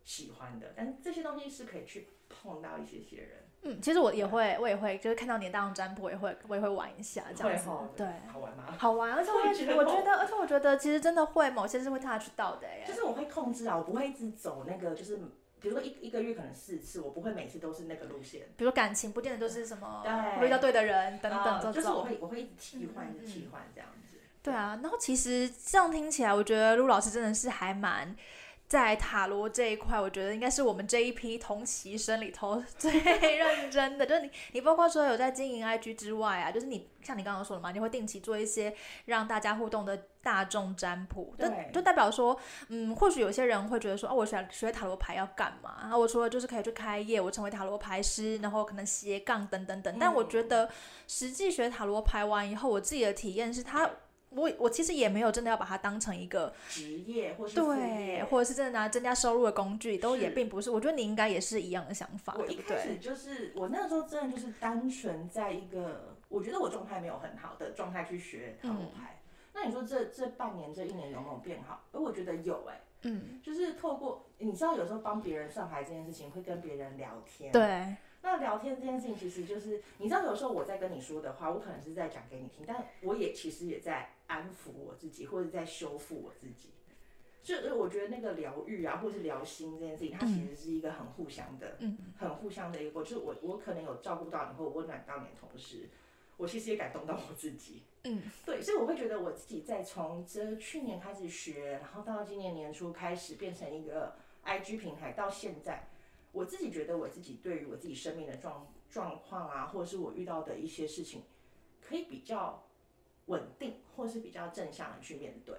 Speaker 2: 喜欢的。但是这些东西是可以去碰到一些些人，
Speaker 1: 嗯，其实我也会，我也会，就是看到你的大众占卜，我也会，我也会玩一下呃这样
Speaker 2: 会
Speaker 1: 子
Speaker 2: 吼，
Speaker 1: 对，
Speaker 2: 好玩吗？
Speaker 1: 好玩，而且我
Speaker 2: 我也
Speaker 1: 也
Speaker 2: 觉得
Speaker 1: 我觉得，而且我觉得其实真的会，某些是会 touch 到的耶
Speaker 2: 就，是我会控制啊，我不会一直走那个，就是比如说一一个月可能四次，我不会每次都是那个路线。
Speaker 1: 比如感情不见得就是什么
Speaker 2: 对
Speaker 1: 遇到对的人等等
Speaker 2: 啊
Speaker 1: 这
Speaker 2: 就是我
Speaker 1: 种，
Speaker 2: 会我会一直替换，
Speaker 1: 嗯嗯
Speaker 2: 一直替换这样子。
Speaker 1: 啊对啊，然后其实这样听起来，我觉得陆老师真的是还蛮。在塔罗这一块，我觉得应该是我们这一批同期生里头 最认真的。就是你，你包括除了有在经营 IG 之外啊，就是你像你刚刚说的嘛，你会定期做一些让大家互动的大众占卜，就
Speaker 2: 对
Speaker 1: 就代表说，嗯，或许有些人会觉得说，哦，我学学塔罗牌要干嘛？啊，我除了就是可以去开业，我成为塔罗牌师，然后可能斜杠等等等。但我
Speaker 2: 嗯
Speaker 1: 觉得实际学塔罗牌完以后，我自己的体验是它。我我其实也没有真的要把它当成一个
Speaker 2: 职业或是副
Speaker 1: 对，
Speaker 2: 业。
Speaker 1: 或者是真的拿增加收入的工具，都也
Speaker 2: 是
Speaker 1: 并不是。我觉得你应该也是一样的想法，
Speaker 2: 我
Speaker 1: 对
Speaker 2: 一
Speaker 1: 不
Speaker 2: 开
Speaker 1: 对？
Speaker 2: 始就是我那时候真的就是单纯在一个我觉得我状态没有很好的状态去学塔罗
Speaker 1: 嗯
Speaker 2: 牌。那你说这这半年这一年有没有变好？而我觉得有哎、
Speaker 1: 嗯，
Speaker 2: 就是透过你知道有时候帮别人算牌这件事情会跟别人聊天，
Speaker 1: 对，
Speaker 2: 那聊天这件事情，其实就是你知道，有时候我在跟你说的话，我可能是在讲给你听，但我也其实也在安抚我自己，或者在修复我自己。就是我觉得那个疗愈啊，或是疗心这件事情，它其实是一个很互相的，
Speaker 1: 嗯，
Speaker 2: 很互相的一个过。就是我我可能有照顾到你，或我温暖到你的同时，我其实也感动到我自己。
Speaker 1: 嗯，
Speaker 2: 对，所以我会觉得我自己在从这去年开始学，然后到今年年初开始变成一个 IG 平台，到现在，我自己觉得我自己对于我自己生命的状状况啊，或者是我遇到的一些事情，可以比较稳定，或是比较正向的去面对。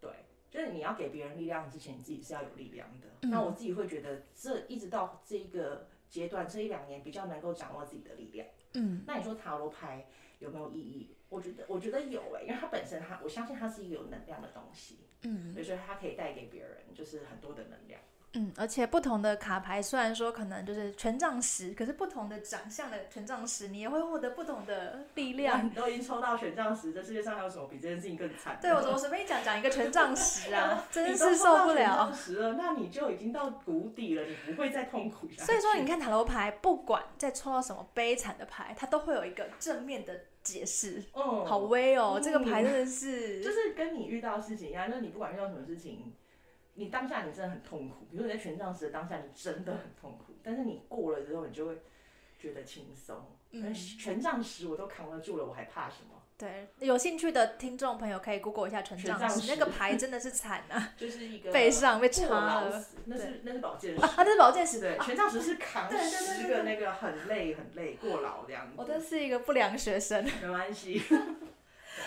Speaker 2: 对，就是你要给别人力量之前，你自己是要有力量的。那我自己会觉得这一直到这一个阶段，这一两年比较能够掌握自己的力量。
Speaker 1: 嗯，
Speaker 2: 那你说塔罗牌有没有意义？我觉得，我觉得有诶、因为它本身它，我相信它是一个有能量的东西，
Speaker 1: 嗯
Speaker 2: 所以说它可以带给别人就是很多的能量。
Speaker 1: 嗯，而且不同的卡牌虽然说可能就是权杖十，可是不同的长相的权杖十，你也会获得不同的力
Speaker 2: 哇
Speaker 1: 量。
Speaker 2: 你都已经抽到权杖十，这世界上还有什么比这件事情更惨的？，
Speaker 1: 对我，我随便一讲讲一个权杖十啊 真
Speaker 2: 你
Speaker 1: 是
Speaker 2: 都抽
Speaker 1: 受
Speaker 2: 到
Speaker 1: 不
Speaker 2: 权
Speaker 1: 了
Speaker 2: 杖。十了，那你就已经到谷底了，你不会再痛苦下去。
Speaker 1: 所以说，你看塔罗牌，不管在抽到什么悲惨的牌，它都会有一个正面的解释。
Speaker 2: 嗯，
Speaker 1: 好威哦，这个
Speaker 2: 嗯
Speaker 1: 牌真的是，
Speaker 2: 就是跟你遇到的事情一样，就是你不管遇到什么事情，你当下你真的很痛苦。比如你在权杖十的当下，你真的很痛苦，但是你过了之后，你就会觉得轻松。
Speaker 1: 嗯
Speaker 2: 嗯，权杖十我都扛得住了，我还怕什么？
Speaker 1: 对，有兴趣的听众朋友可以 Google 一下权
Speaker 2: 权
Speaker 1: 杖
Speaker 2: 杖
Speaker 1: 十，
Speaker 2: 十
Speaker 1: 那个牌真的是惨 啊，
Speaker 2: 就是一个
Speaker 1: 背上被
Speaker 2: 过
Speaker 1: 插
Speaker 2: 劳
Speaker 1: 了
Speaker 2: 死，那是那是保健
Speaker 1: 啊
Speaker 2: 室。，
Speaker 1: 啊这是保健石，
Speaker 2: 对，权杖十是扛
Speaker 1: 对对对
Speaker 2: 十
Speaker 1: 对
Speaker 2: 个那个很累很累过劳这样
Speaker 1: 我
Speaker 2: 子，
Speaker 1: 真是一个不良学生。
Speaker 2: 没关系。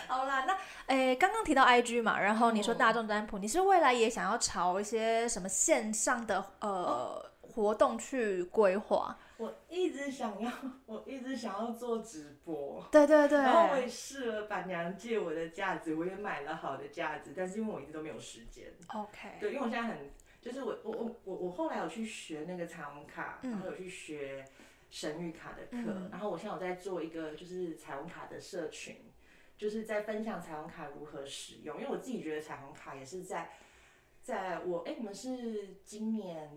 Speaker 1: 好啦，那诶，刚刚提到 IG 嘛，然后你说
Speaker 2: 嗯
Speaker 1: 大众占卜，你是未来也想要朝一些什么线上的呃活动去规划？
Speaker 2: 我一直想要，我一直想要做直播。
Speaker 1: 对对对，
Speaker 2: 然后我也试了板娘借我的架子，我也买了好的架子，但是因为我一直都没有时间。
Speaker 1: OK，
Speaker 2: 对，因为我现在很，就是我我我我我后来有去学那个彩虹卡，
Speaker 1: 嗯
Speaker 2: 然后有去学神谕卡的课，
Speaker 1: 嗯
Speaker 2: 然后我现在有在做一个就是彩虹卡的社群，就是在分享彩虹卡如何使用，因为我自己觉得彩虹卡也是在在我哎、我们是今年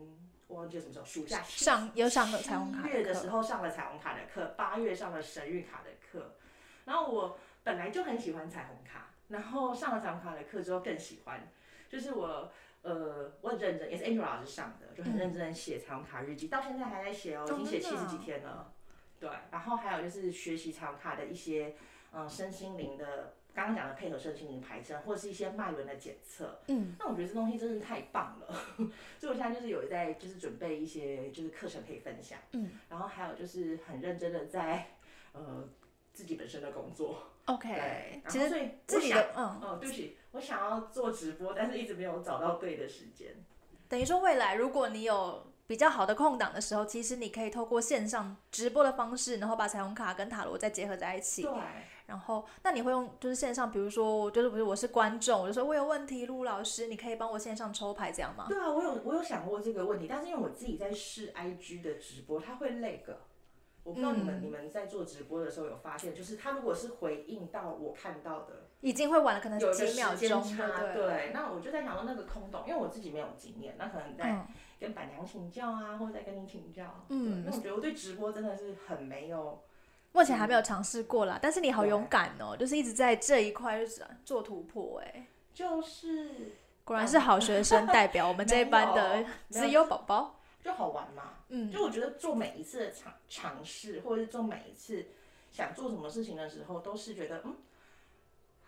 Speaker 2: 我忘记了什么时候暑假
Speaker 1: 上有上了彩虹卡
Speaker 2: 七月的
Speaker 1: 课
Speaker 2: 时候上了彩虹卡的课，八月上了神谕卡的课。然后我本来就很喜欢彩虹卡，然后上了彩虹卡的课之后更喜欢，就是我呃我很认真，也是 Angela 老师上的，就很认真的写彩虹卡日记，到现在还在写哦，已经写
Speaker 1: 真
Speaker 2: 七
Speaker 1: 的啊
Speaker 2: 十几天了。对，然后还有就是学习彩虹卡的一些嗯身心灵的，刚刚讲的配合身心灵排针，或是一些脉轮的检测。
Speaker 1: 嗯，
Speaker 2: 那我觉得这东西真的太棒了， 所以我现在就是有在就是准备一些就是课程可以分享，
Speaker 1: 嗯，
Speaker 2: 然后还有就是很认真的在呃自己本身的工作，
Speaker 1: ，OK，
Speaker 2: 然
Speaker 1: 其
Speaker 2: 后
Speaker 1: 实
Speaker 2: 所以
Speaker 1: 自
Speaker 2: 我
Speaker 1: 己
Speaker 2: 想，
Speaker 1: 的嗯。
Speaker 2: 哦，对不起，我想要做直播，但是一直没有找到对的时间，
Speaker 1: 等于说未来如果你有比较好的空档的时候，其实你可以透过线上直播的方式，然后把彩虹卡跟塔罗再结合在一起
Speaker 2: 对。，
Speaker 1: 然后，那你会用就是线上，比如说我就是不是我是观众，我就说我有问题，陆老师，你可以帮我线上抽牌这样吗？
Speaker 2: 对啊，我有我有想过这个问题，但是因为我自己在试 IG 的直播，它会累个。我不知道你们、
Speaker 1: 嗯
Speaker 2: 你们在做直播的时候有发现，就是它如果是回应到我看到的
Speaker 1: 已经会晚了，可能
Speaker 2: 有一个
Speaker 1: 几秒
Speaker 2: 时间
Speaker 1: 钟
Speaker 2: 差
Speaker 1: 了，对。
Speaker 2: 对，那我就在想到那个空洞，因为我自己没有经验，那可能在
Speaker 1: 嗯，
Speaker 2: 跟板娘请教啊，或者在跟你请教。
Speaker 1: 嗯
Speaker 2: 对因为我觉得我对直播真的是很没有，
Speaker 1: 目前
Speaker 2: 嗯
Speaker 1: 还没有尝试过啦，但是你好勇敢哦，就是一直在这一块就是做突破、哎，
Speaker 2: 就是
Speaker 1: 果然是好学生代表，我们这一班
Speaker 2: 没
Speaker 1: 的
Speaker 2: 有
Speaker 1: 资优宝宝，
Speaker 2: 就好玩嘛。
Speaker 1: 嗯，
Speaker 2: 就我觉得做每一次的尝尝试，或者是做每一次想做什么事情的时候，都是觉得嗯，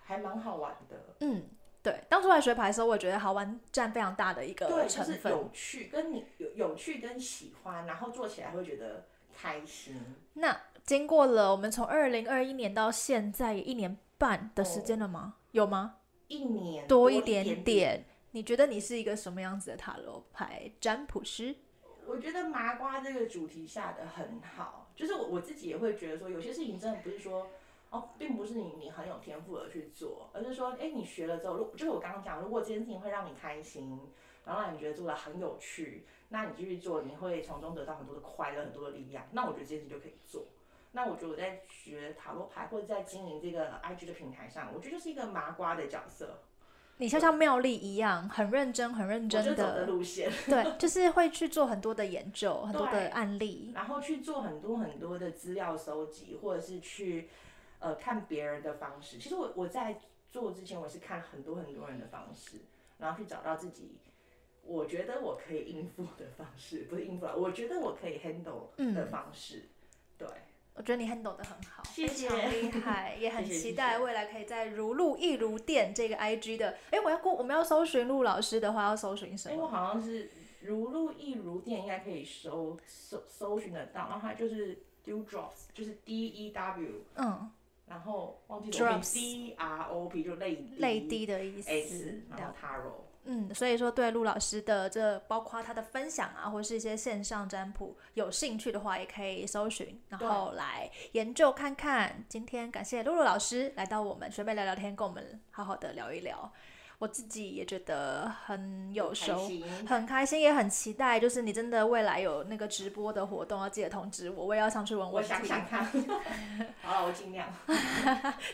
Speaker 2: 还蛮好玩的。
Speaker 1: 嗯，对，当初来学牌的时候，我觉得好玩占非常大的一个
Speaker 2: 对，
Speaker 1: 成
Speaker 2: 就是
Speaker 1: 分。
Speaker 2: 有趣，跟你有有趣跟喜欢，然后做起来会觉得开心。
Speaker 1: 那经过了我们从二零二一年到现在也一年半的时间了吗？有吗？
Speaker 2: 一年
Speaker 1: 多
Speaker 2: 哦一
Speaker 1: 一
Speaker 2: 点
Speaker 1: 点点。你觉得你是一个什么样子的塔罗牌占卜师？
Speaker 2: 我觉得麻瓜这个主题下的很好，就是我我自己也会觉得说，有些事情真的不是说哦，并不是你你很有天赋而去做，而是说，哎，你学了之后，如就是我刚刚讲，如果这件事情会让你开心，然后让你觉得做的很有趣，那你继续做，你会从中得到很多的快乐，很多的力量。那我觉得这件事情就可以做。那我觉得我在学塔罗牌或者在经营这个 IG 的平台上，我觉得就是一个麻瓜的角色，
Speaker 1: 你像像妙丽一样，很认真、很认
Speaker 2: 我就
Speaker 1: 真
Speaker 2: 走的
Speaker 1: 的，
Speaker 2: 路线。
Speaker 1: 对，就是会去做很多的研究、很多
Speaker 2: 对
Speaker 1: 的案例。
Speaker 2: 然后去做很多很多的资料收集，或者是去呃看别人的方式。其实我我在做之前，我是看很多很多人的方式，然后去找到自己我觉得我可以应付的方式，不是应付啊，我觉得我可以 handle 的方式。对，
Speaker 1: 我觉得你 handle 的很好，
Speaker 2: 谢谢
Speaker 1: 非常厉害， 也很
Speaker 2: 谢谢
Speaker 1: 期
Speaker 2: 谢
Speaker 1: 待
Speaker 2: 谢
Speaker 1: 未来可以在如露亦如电这个 IG 的。哎，我要过，我们要搜寻陆老师的话，要搜寻什
Speaker 2: 因为
Speaker 1: 么？
Speaker 2: 哎我好像是如露亦如电，应该可以搜搜搜寻得到。然后它就是 dew drops，就是 D E W，
Speaker 1: 嗯，
Speaker 2: 然后忘记怎么拼
Speaker 1: Drops
Speaker 2: D R O P 就泪滴
Speaker 1: 泪滴的意思。
Speaker 2: S，
Speaker 1: 了
Speaker 2: 然后 Taro。
Speaker 1: 嗯，所以说对陆老师的这包括他的分享啊，或是一些线上占卜有兴趣的话，也可以搜寻，然
Speaker 2: 对
Speaker 1: 后来研究看看。今天感谢露露老师来到我们学妹聊聊天，跟我们好好的聊一聊。我自己也觉得很有收嗯
Speaker 2: 开心
Speaker 1: 很开心，也很期待。就是你真的未来有那个直播的活动，要记得通知我，我也要上去问
Speaker 2: 我
Speaker 1: 问题。
Speaker 2: 想想看， 好了，我尽量。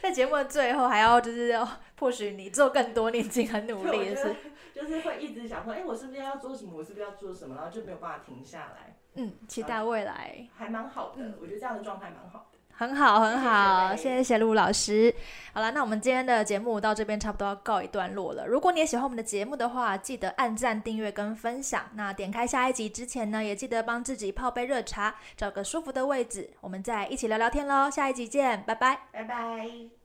Speaker 1: 在节目的最后，还要就是要 迫使你做更多，你已经很努
Speaker 2: 对我
Speaker 1: 力
Speaker 2: 觉
Speaker 1: 了。
Speaker 2: 得
Speaker 1: 是
Speaker 2: 就是会一直想说，哎、我是不是要做什么？我是不是要做什么？然后就没有办法停下来，
Speaker 1: 嗯，期待未来。
Speaker 2: 还蛮好
Speaker 1: 嗯
Speaker 2: 的。我觉得这样的状态蛮好的。
Speaker 1: 很好，
Speaker 2: 谢
Speaker 1: 很
Speaker 2: 谢
Speaker 1: 好，
Speaker 2: 学妹
Speaker 1: 谢谢陆老师。好了，那我们今天的节目到这边差不多要告一段落了。如果你也喜欢我们的节目的话，记得按赞、订阅跟分享。那点开下一集之前呢，也记得帮自己泡杯热茶，找个舒服的位置，我们再一起聊聊天喽。下一集见，拜拜。
Speaker 2: 拜拜。